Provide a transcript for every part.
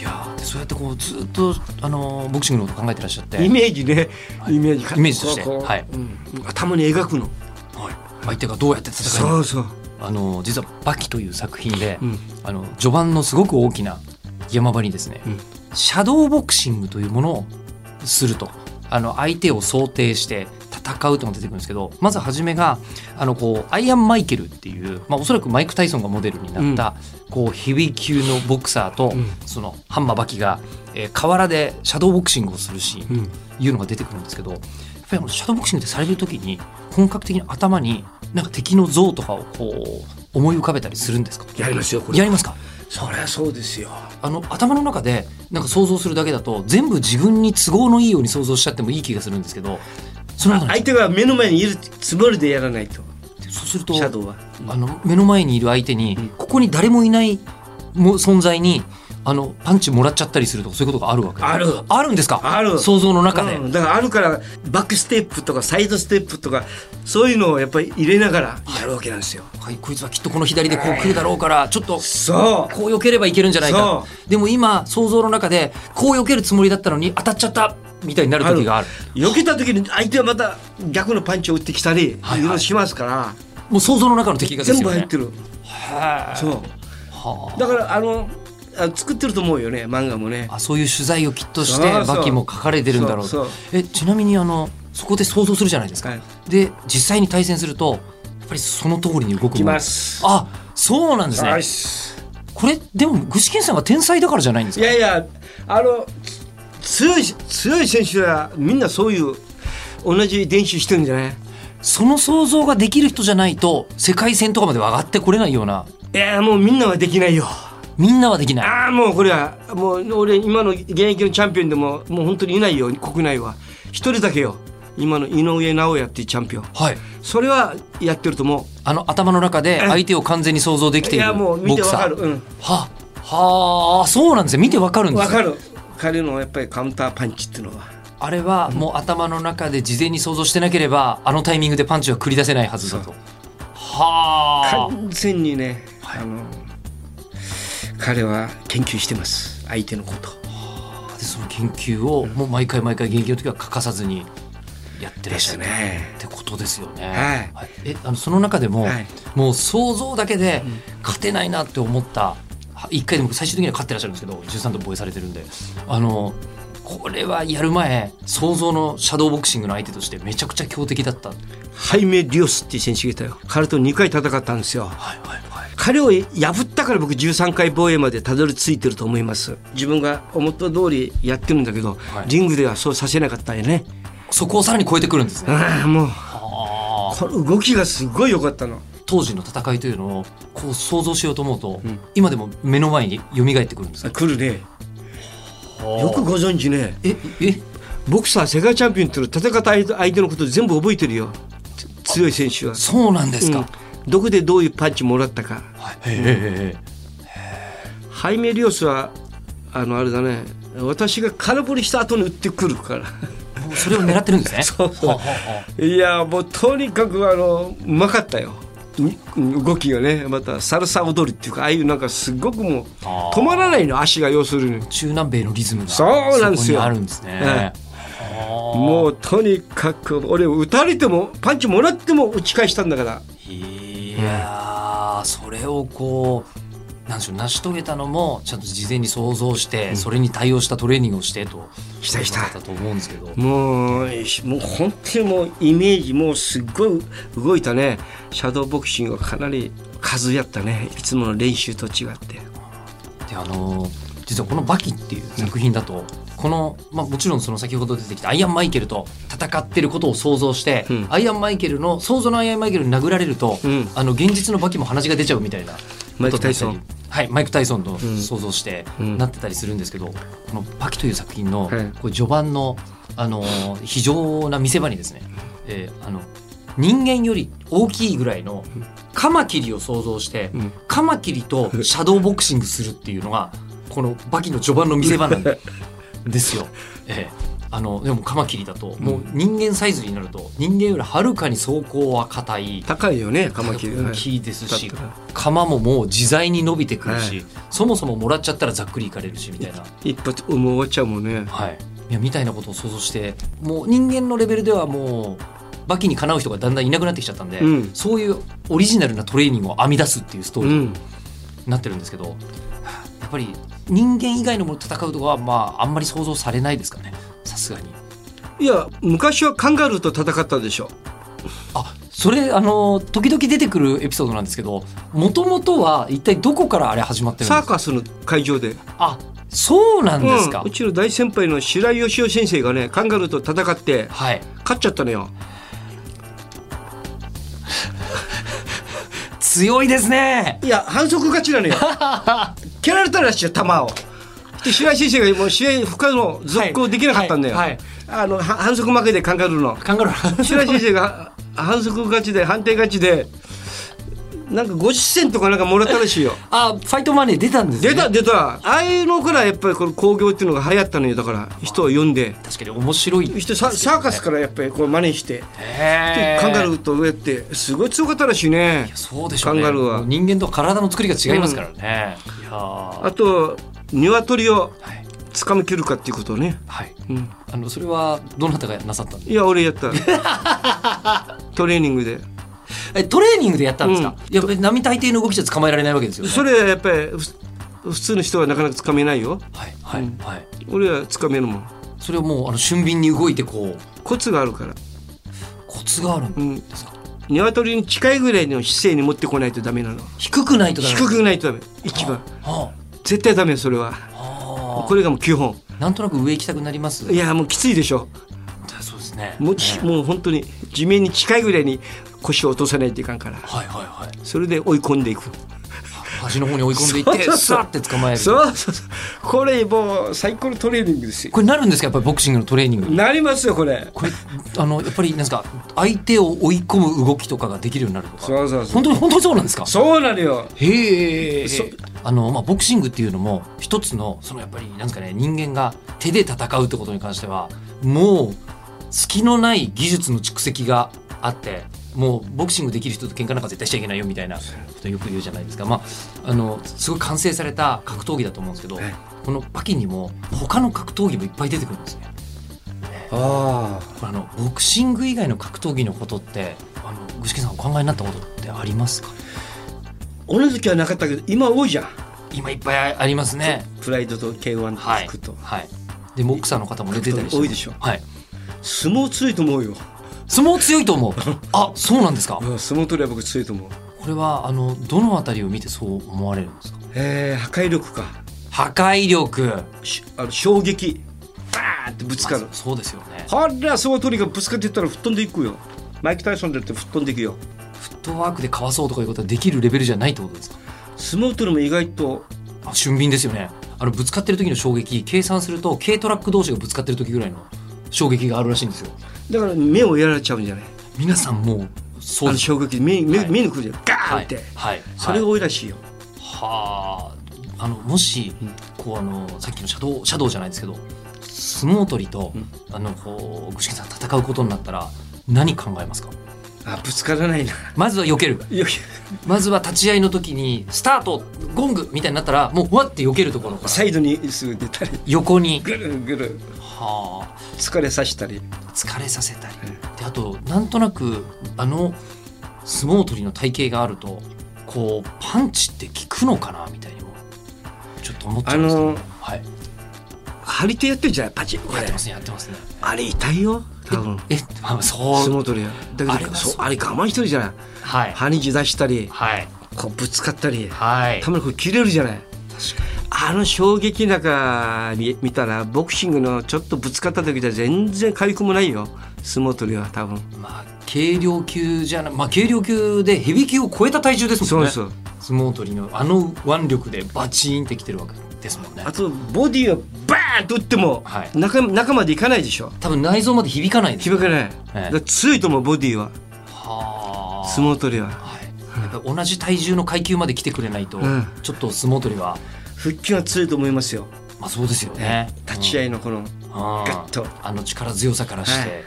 やーそうやってこうずっと、あのーボクシングのこと考えてらっしゃってイメージね、イメージイメージとしてこうこうはいうん頭に描くのはい相手がどうやって戦うのかそうそうあの実は「バキ」という作品で、うんあの序盤のすごく大きな山場にですね、うんシャドーボクシングというものをするとあの相手を想定して戦うというのが出てくるんですけどまず初めがあのこうアイアン・マイケルっていう、まあ、おそらくマイク・タイソンがモデルになった、こうヘビー級のボクサーと、うんそのハンマー・バキが、えー河原でシャドーボクシングをするシーン、うんいうのが出てくるんですけどやっぱりあのシャドーボクシングってされる時に本格的に頭になんか敵の像とかをこう思い浮かべたりするんですかやりますよこれやりますかそりゃそうですよあの頭の中でなんか想像するだけだと全部自分に都合のいいように想像しちゃってもいい気がするんですけどその相手が目の前にいるつもりでやらないとそうするとシャドウはあの目の前にいる相手にここに誰もいないも存在にあのパンチもらっちゃったりするとかそういうことがあるわけあるあるんですかある想像の中で、うんだからあるからバックステップとかサイドステップとかそういうのをやっぱり入れながらやるわけなんですよはい、こいつはきっとこの左でこう来るだろうからちょっとそうこう避ければいけるんじゃないかそでも今想像の中でこう避けるつもりだったのに当たっちゃったみたいになる時がある避けた時に相手はまた逆のパンチを打ってきたり、はいはいいろいろしますから、もう想像の中の敵がですよ全ね部入ってる、はそうあだからあのあ作ってると思うよね漫画もねあそういう取材をきっとしてそうそうバキも書かれてるんだろうそうとそうえちなみにあのそこで想像するじゃないですか、はいで実際に対戦するとやっぱりその通りに動くものきますあそうなんですねよしこれでも具志堅さんが天才だからじゃないんですいかやいやあのつ強い強い選手はみんなそういう同じ練習してるんじゃないその想像ができる人じゃないと世界戦とかまでは上がってこれないようないやもうみんなはできないよみんなはできないああもうこれはもう俺今の現役のチャンピオンでももう本当にいないよ国内は一人だけよ今の井上尚弥っていうチャンピオンはいそれはやってると思あの頭の中で相手を完全に想像できうていいるやボもう見てクわサかるー。うんははあそうなんですよ見てわかるんでわすかよる彼のやっぱりカウンターパンチっていうのはあれはもう頭の中で事前に想像してなければあのタイミングでパンチは繰り出せないはずだとはあ完全にね、あの彼は研究してます相手のことでその研究をもう毎回毎回現役の時は欠かさずにやってらでっしゃするねってことですよね。はいえあのその中でも、はいもう想像だけで勝てないなって思ったは一回でも最終的には勝ってらっしゃるんですけど13度防衛されてるんであのこれはやる前想像のシャドーボクシングの相手としてめちゃくちゃ強敵だった。はいハイメ・リオスっていう選手がいたよ彼と2回戦ったんですよはいはい。彼を破ったから僕13回防衛までたどり着いてると思います自分が思った通りやってるんだけど、いリングではそうさせなかったよねそこをさらに超えてくるんですね。ああもうあーこの動きがすごい良かったの当時の戦いというのをこう想像しようと思うと、今でも目の前に蘇ってくるんですか。来るねよくご存知ねええボクサー世界チャンピオンっていうのは戦った相手相手のこと全部覚えてるよつ強い選手はそうなんですか。うんどこでどういうパンチもらったかはいへえへえハイメ・リオスはあのあれだね私が空振りした後に打ってくるから へ えそれを狙ってるんですね。そうそうはあはあはあいやもうとにかくあのうまかったよう動きがねまたサルサ踊りっていうかああいうなんかすごくもうあー止まらないの足が要するに中南米のリズムがそうなんですよそこにあるんですね。もうとにかく俺打たれてもパンチもらっても打ち返したんだからいやーそれをこうなんでしょう成し遂げたのもちゃんと事前に想像して、それに対応したトレーニングをしてとしたしただったと思うんですけど。もうもう本当にもうイメージもうすっごい動いたねシャドーボクシングはかなり数やったねいつもの練習と違ってであのー実はこの「バキ」っていう作品だと、この、まあ、もちろんその先ほど出てきたアイアン・マイケルと戦ってることを想像して、んアイアン・マイケルの想像のアイアン・マイケルに殴られると、うんあの現実のバキも鼻血が出ちゃうみたいなことになったりマイクタイソンはい、マイク・タイソンと想像してうんなってたりするんですけど、この「パキ」という作品のはいこう序盤の、あのー非常な見せ場にですね、えーあの人間より大きいぐらいのカマキリを想像して、うんカマキリとシャドーボクシングするっていうのがこの「バキ」の序盤の見せ場なんでです よ。ええあのでもカマキリだともう人間サイズになると人間よりはるかに走行は硬い高いよねカマキリ大きいですしだったら釜ももう自在に伸びてくるし、はそもそももらっちゃったらざっくりいかれるしみたいな、一発もう終わっちゃうもんねはい、いやみたいなことを想像してもう人間のレベルではもうバキにかなう人がだんだんいなくなってきちゃったんで、うんそういうオリジナルなトレーニングを編み出すっていうストーうリーにんなってるんですけど、やっぱり人間以外のものと戦うとかはまああんまり想像されないですかねさすがに。いや昔はカンガルーと戦ったでしょあそれあの時々出てくるエピソードなんですけどもともとは一体どこからあれ始まってるんですサーかカスの会場であそうなんですか、うん、うちの大先輩の白井義雄先生がねカンガルーと戦ってはい勝っちゃったのよ強いですねいや反則勝ちな のよ蹴られたらしいよ球をで白井先生がもう試合不可能続行できなかったんだよ、はいはいあのは反則負けでカンガルーのカンガルー白井先生がは反則勝ちで判定勝ちでなんか50銭とかなんかもらったらしいよあファイトマネー出たんですね出た出たああいうのからやっぱりこの興行っていうのが流行ったのよだから人を呼んで確かに面白いそしてササーカスからやっぱりこう真似してへーカンガルーと上ってすごい強かったらしいねそうでしょうねカンガルーはもう人間と体の作りが違いますからね、いやーあと鶏をはい、掴み切るかっていうことをね、はい、うん、あのそれはどなたがなさったんですいや俺 やったトレーニングでかえトレーニングでやったんですか、やっぱり並大抵の動きじゃ捕まえられないわけですよねそれはやっぱりふ普通の人はなかなか掴めないよはいはい、はい俺は掴めるもんそれをもうあの俊敏に動いてこうコツがあるから、コツがあるんうん、ですか、鶏に近いぐらいの姿勢に持ってこないとダメなの低くないとダメ低くないとダメ一番あ絶対ダメそれはああこれがもう基本あなんとなく上行きたくなりますいやもうきついでしょそうですねもうちもう本当に地面に近いぐらいに腰を落とさないといかんからはいはいはいそれで追い込んでいく端の方に追い込んでいってそうそうそうさって捕まえるそうそうそうこれもう最高のトレーニングですよこれなるんですかやっぱりボクシングのトレーニングなりますよこれこれあのやっぱりなんですか相手を追い込む動きとかができるようになるとかそうそうそう本当に本当にそうなんですかそうなのよへえそうあの、まあ、ボクシングっていうのも一つのそのやっぱりなんですかね人間が手で戦うってことに関してはもう隙のない技術の蓄積があってもうボクシングできる人と喧嘩なんか絶対しちゃいけないよみたいなことよく言うじゃないですか、まあ、あのすごい完成された格闘技だと思うんですけど、はいこのパキにも他の格闘技もいっぱい出てくるんですね。ああこれあのボクシング以外の格闘技のことってあの具志堅さんお考えになったことってありますか俺の時はなかったけど今多いじゃん今いっぱいありますね。プライドと K1 とはい聞くと、はい、でボクサーの方も出てたりして多いでしょはい、相撲強いと思うよ相撲強いと思う あそうなんですかうん相撲取りは僕強いと思うこれはあのどのあたりを見てそう思われるんですかえー、破壊力か破壊力しあの衝撃バーンってぶつかるまあそうですよねほら相撲取りがぶつかっていったら吹っ飛んでいくよマイク・タイソンだって吹っ飛んでいくよフットワークでかわそうとかいうことはできるレベルじゃないってことですか相撲取りも意外とあ俊敏ですよねあのぶつかってる時の衝撃計算すると軽トラック同士がぶつかってる時ぐらいの衝撃があるらしいんですよだから目をやられちゃうんじゃない皆さんもうあそうのです衝撃で目,、目はい目にくるじゃんガーンはっいて、はい、それが多いらしいよ、はああのもしうんこうあのさっきのシャドウシャドウじゃないですけど相撲取りと、うんあのこう具志堅さん戦うことになったら何考えますかあぶつからないなまずは避けるよまずは立ち合いの時にスタートゴングみたいになったらもうふわって避けるところからサイドにすぐ出たり横にぐるぐるはあ疲れさしたり疲れさせたりうんであとなんとなくあの相撲取りの体型があるとこうパンチって効くのかなみたいにもちょっと思っちゃいますけど、あのはい張り手やってるじゃないパチンこやっれてますねやってますねあれ痛いよ多分え、まあ、そ相う。撲取りはだあけれどはそうそうあれ我慢してるじゃないはい。歯に血出したりはい。こうぶつかったりはい。たまにこう切れるじゃないあの衝撃なんか見見たらボクシングのちょっとぶつかった時じゃ全然回復もないよ相撲取りは多分まあ、軽量級じゃな、まあ、軽量級でヘビー級を超えた体重ですもそんうね。そうう相撲取りのあの腕力でバチーンってきてるわけですもんねあとボディをバーンと打ってもはい中,、中までいかないでしょ多分内臓まで響かないです響かない、ええだから強いと思うボディははあ相撲取りははい、やっぱり同じ体重の階級まで来てくれないと、うんちょっと相撲取りは腹筋は強いと思いますよまあそうですよね立ち合い、合いのこのうんガッとあの力強さからして、はいは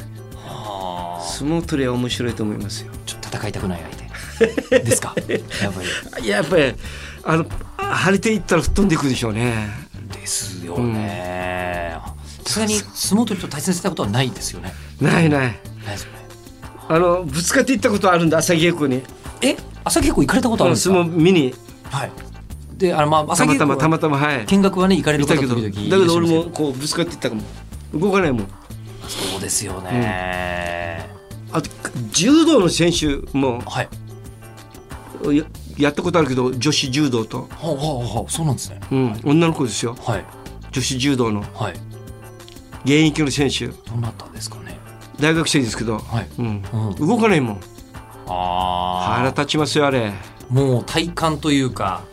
あ相撲取りは面白いと思いますよちょっと戦いたくない相 手ですかやっぱりやっぱりあの張り手いったら吹っ飛んでいくでしょうねですよねさすがに相撲取りと対戦したことはないですよねないないないですよねあのぶつかっていったことあるんだ朝稽古にえ朝稽古行かれたことあるんです相か撲見にはいであのまあ朝た稽ま古たまたはまたまはい見学はね行かれる見方た時けど々だいけらっしどゃいます俺けもこうぶつかっていったかも動かないもんそうですよね、あと柔道の選手もはいややったことあるけど女子柔道と、はあはあはあそうなんですねうん、女の子ですよはい女子柔道のはい現役の選手どうなったんですかね大学生ですけど、はいうんうん動かないもん腹あ立ちますよあれあもう体感というか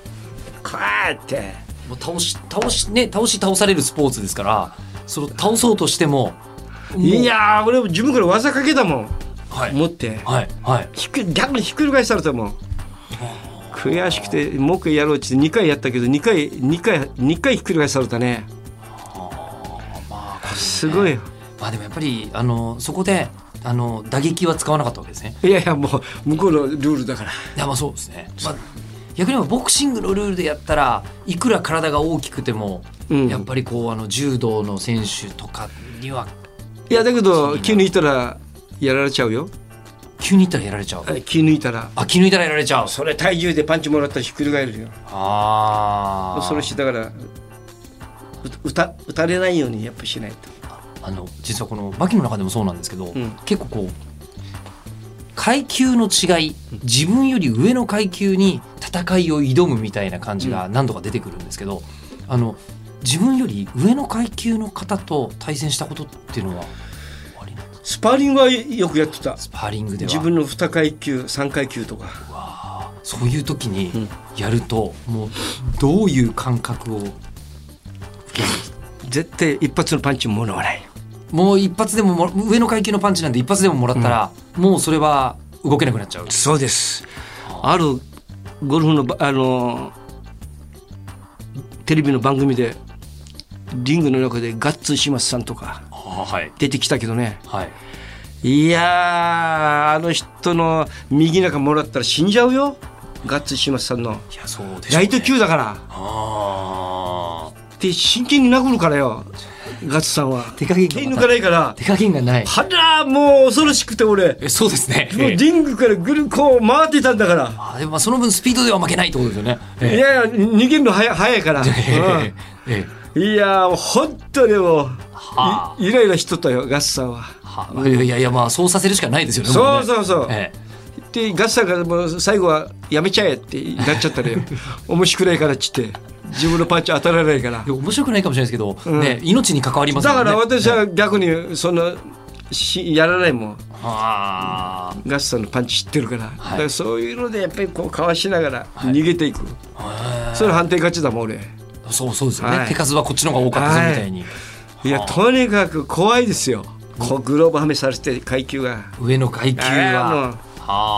こうやってもう倒し倒しね倒し倒されるスポーツですからその倒そうとしてももういやー俺も自分から技かけたもんはい持ってはいはいひっくり逆にひっくり返されたもん悔しくてもう一回やろうって2回やったけど2回2回二回ひっくり返されたねまあこれねすごいよまあでもやっぱりあのそこであの打撃は使わなかったわけですねいやいやもう向こうのルールだからいやまあそうですね、まあ、逆に言えばボクシングのルールでやったらいくら体が大きくても、うんやっぱりこうあの柔道の選手とかにはいやだけど気抜いたらやられちゃうよ急にいったらやられちゃうあ気抜いたらあ気抜いたらやられちゃうそれ体重でパンチもらったらひっくり返るよああ恐ろしいだからう打た打たれないようにやっぱしないとあの実はこのバキの中でもそうなんですけど、ん結構こう階級の違い自分より上の階級に戦いを挑むみたいな感じが何度か出てくるんですけど、あの自分より上の階級の方と対戦したことっていうのはありなんですかスパーリングはよくやってたスパーリングでは自分の2階級3階級とかわあそういう時にやると、もうどういう感覚を受けるんですか絶対一発のパンチもらわないよもう一発でももら上の階級のパンチなんで一発でももらったら、もうそれは動けなくなっちゃうそうですあるゴルフのばあのテレビの番組でリングの中でガッツ石松さんとかはい出てきたけどねはいいやーあの人の右なんかもらったら死んじゃうよガッツ石松さんのいやそうでしょうねライト級だからあって真剣に殴るからよガッツさんはー手加減手が抜かないから手加減がないあらもう恐ろしくて俺えそうですね、もうええリングからぐるこう回ってたんだからあーでもまあその分スピードでは負けないってことですよねええいやいや逃げるの 早い早いから、うんええいやー本当にもうはいイライラしとったよガッツさんは。はいやいやいやまあそうさせるしかないですよねもそうねそうそう、ええでガッツさんがもう最後はやめちゃえってなっちゃっ たのよ面白くないからっちって自分のパンチ当たらないからいや面白くないかもしれないですけど、んね、命に関わりますだもかんねら私は逆にそのしやらないもんはガッツさんのパンチ知ってるから,、いだからそういうのでやっぱりこうかわしながらい逃げていく、あそれ判定勝ちだもん俺そうそうですよね、はい手数はこっちの方が多かったぞみたいに、いやとにかく怖いですよこうグローブはめされて階級が上の階級あーはもう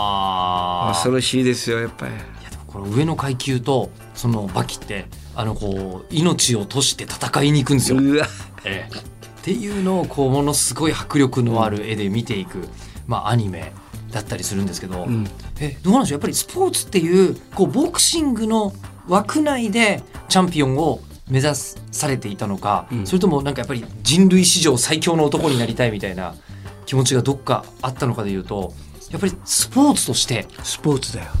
はあ恐ろしいですよやっぱりいやでもこの上の階級とそのバキってあのこう命を賭して戦いに行くんですよ、うわええっていうのをこうものすごい迫力のある絵で見ていく、まあ、アニメだったりするんですけど、んえどうなんでしょうやっぱりスポーツっていうこうボクシングの枠内でチャンピオンを目指すされていたのか、それともなんかやっぱり人類史上最強の男になりたいみたいな気持ちがどっかあったのかでいうとやっぱりスポーツとしてやっスポーツだよ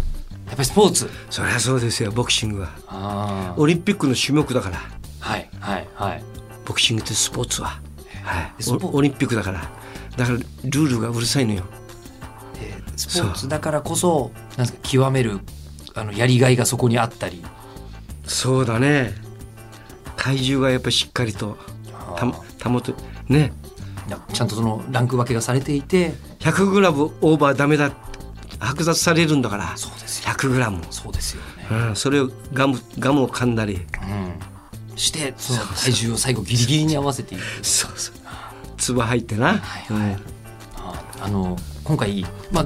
ぱりスポーツそりゃそうですよボクシングはあーオリンピックの種目だからはいはいはいボクシングってスポーツは、はいスポーツおオリンピックだからだからルールがうるさいのよえースポーツだからこそなんですか極めるあのやりがいがそこにあったりそうだね体重がやっぱりしっかりとたあ保てねなちゃんとそのランク分けがされていて100グラムオーバーダメだ剥奪されるんだからそうですよ 100g、そうですよね、うん、それをガムガムを噛んだりうん、して体重を最後ギリギリに合わせていくそうそう粒入ってな、はいはいああの今回、まあ、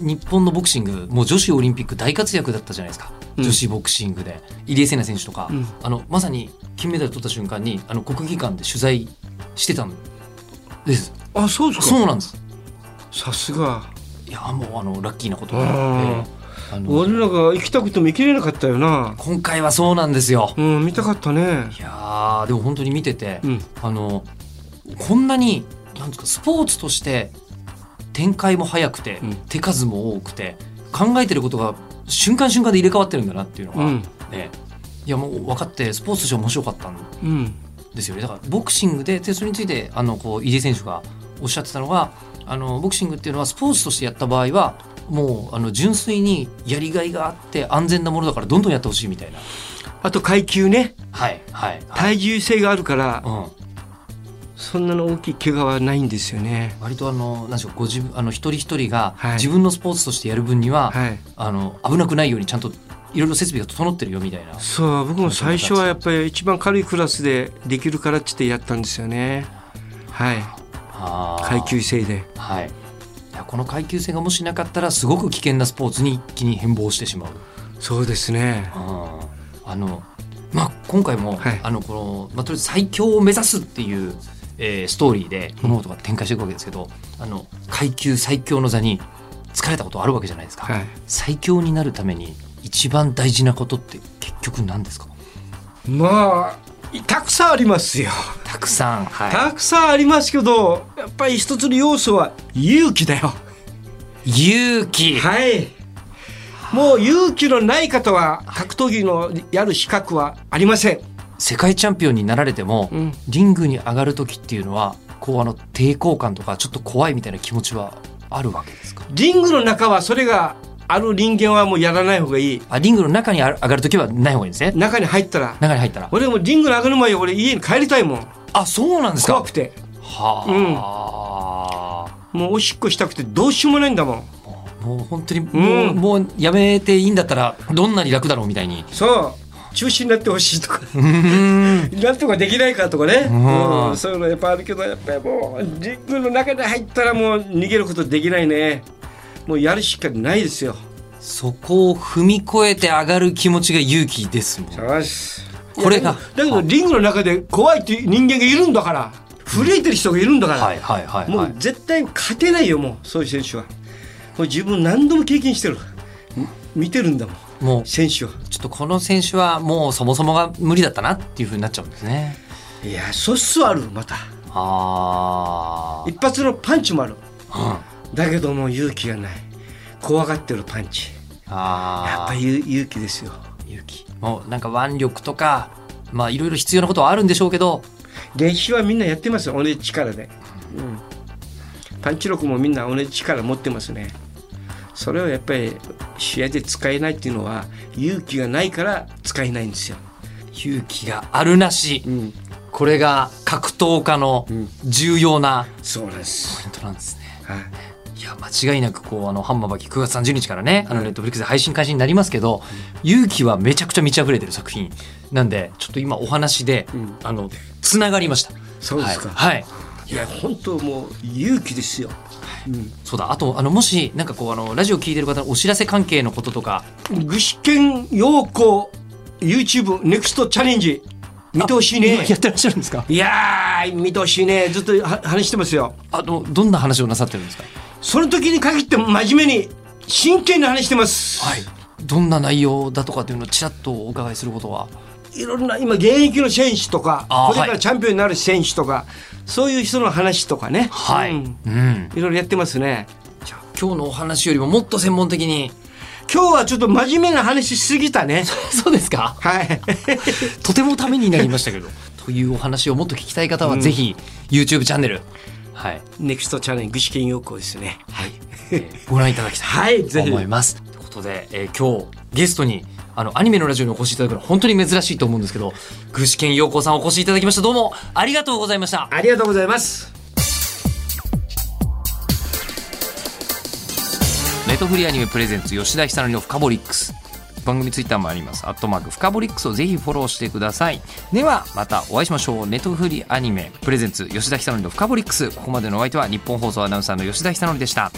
日本のボクシングもう女子オリンピック大活躍だったじゃないですか、うん女子ボクシングで入江聖奈選手とか、うんあのまさに金メダル取った瞬間にあの国技館で取材してたんですうんあそうですかそうなんですさすがいやもうあのラッキーなことあがーあってあの俺らが行きたくても行けれなかったよな今回はそうなんですようん見たかったねいやーでも本当に見てて、うんあのこんなになんですかスポーツとして展開も早くて、うん手数も多くて考えてることが瞬間瞬間で入れ替わってるんだなっていうのうが、んねいやもう分かってスポーツとして面白かったんうんですよねだからボクシングででそれについてあのこう入江選手がおっしゃってたのがあのボクシングっていうのはスポーツとしてやった場合はもうあの純粋にやりがいがあって安全なものだからどんどんやってほしいみたいなあと階級ねはいはい、はい体重制があるからうん、そんなの大きい怪我はないんですよね割とあの何でしょうご自分あの一人一人がはい自分のスポーツとしてやる分には、はいあの危なくないようにちゃんといろいろ設備が整ってるよみたいなそう僕も最初はやっぱり一番軽いクラスでできるからっつってやったんですよねはいあー階級制ではいいやこの階級制がもしなかったらすごく危険なスポーツに一気に変貌してしまうそうですねあーあのまあ今回も、はいあのこのまあとりあえず最強を目指すっていう、えーストーリーで物事が展開していくわけですけど、あの階級最強の座に疲れたことあるわけじゃないですか、はい最強になるために一番大事なことって結局何ですかまあたくさんありますよたくさん、はたくさんありますけどやっぱり一つの要素は勇気だよい、勇気、はいもう勇気のない方は格闘技のやる資格はありません、世界チャンピオンになられても、うん、リングに上がる時っていうのはこうあの抵抗感とかちょっと怖いみたいな気持ちはあるわけですかリングの中はそれがある人間はもうやらない方がいいあリングの中にあ上がる時はない方がいいんですね中に入ったら中に入ったら俺もリングの上がる前に俺家に帰りたいもんあそうなんですか怖くてはあ、もうおしっこしたくてどうしようもないんだもんもうもう本当にもう,、うんもうやめていいんだったらどんなに楽だろうみたいにそう中止になってほしいとかなんとかできないかとかね、うんうんそういうのやっぱあるけどやっぱりもうリングの中に入ったらもう逃げることできないねもうやるしかないですよそこを踏み越えて上がる気持ちが勇気ですもんよしこれがだけどリングの中で怖いっていう人間がいるんだから震えてる人がいるんだから、はいはいはいもはうい。絶対勝てないよもうそういう選手はもう自分何度も経験してる見てるんだもんもうち選手はょっとこの選手はもうそもそもが無理だったなっていうふうになっちゃうんですね。いや素質はあるまたあ一発のパンチもあるあ。うんだけどもう勇気がない怖がってるパンチやっあぱあ。り勇勇気ですよ勇気。もうなんか腕力とかまあいろいろ必要なことはあるんでしょうけど。練習はみんなやってますよ同じ力で、うん、パンチ力もみんな同じ力持ってますねそれをやっぱり試合で使えないっていうのは勇気がないから使えないんですよ、勇気があるなし、うん、これが格闘家の重要なそうなんです、ポイントなんですね。はい、いや間違いなくこうあのハンマーバキ9月30日からねあのネットフリックスで配信開始になりますけど、勇気はめちゃくちゃ満ち溢れてる作品なんでちょっと今お話で、んあのつながりましたそうですかはい、はいいや本当もう勇気ですよ、そうだあとあのもしなんかこうあのラジオ聞いてる方のお知らせ関係のこととか具志堅用高 YouTube ネクストチャレンジ見てほしいねやってらっしゃるんですかいやー見てほしいねずっとは話してますよあのどんな話をなさってるんですかその時に限って真面目に真剣に話してます、はいどんな内容だとかっていうのをちらっとお伺いすることはいろんな今現役の選手とかあーこれかはらいチャンピオンになる選手とか、そういう人の話とかねはい、ううんんいろいろやってますねじゃあ今日のお話よりももっと専門的 に今日はちょっと真面目な話しすぎたねそうですかはいとてもためになりましたけど というお話をもっと聞きたい方はぜひ YouTube チャンネル、はい、 ネクストチャレンジ具志堅用高ですねはいえーご覧いただきたいはいと ぜひ思います。ということで、えー今日ゲストにあのアニメのラジオにお越しいただくのは本当に珍しいと思うんですけど具志堅陽子さんお越しいただきましたどうもありがとうございました。ありがとうございますネットフリアニメプレゼンツ吉田久典のフカボリックス番組ツイッターもありますアットマークフカボリックスをぜひフォローしてくださいではまたお会いしましょうネットフリアニメプレゼンツ吉田久典のフカボリックスここまでのお相手は日本放送アナウンサーの吉田久典でした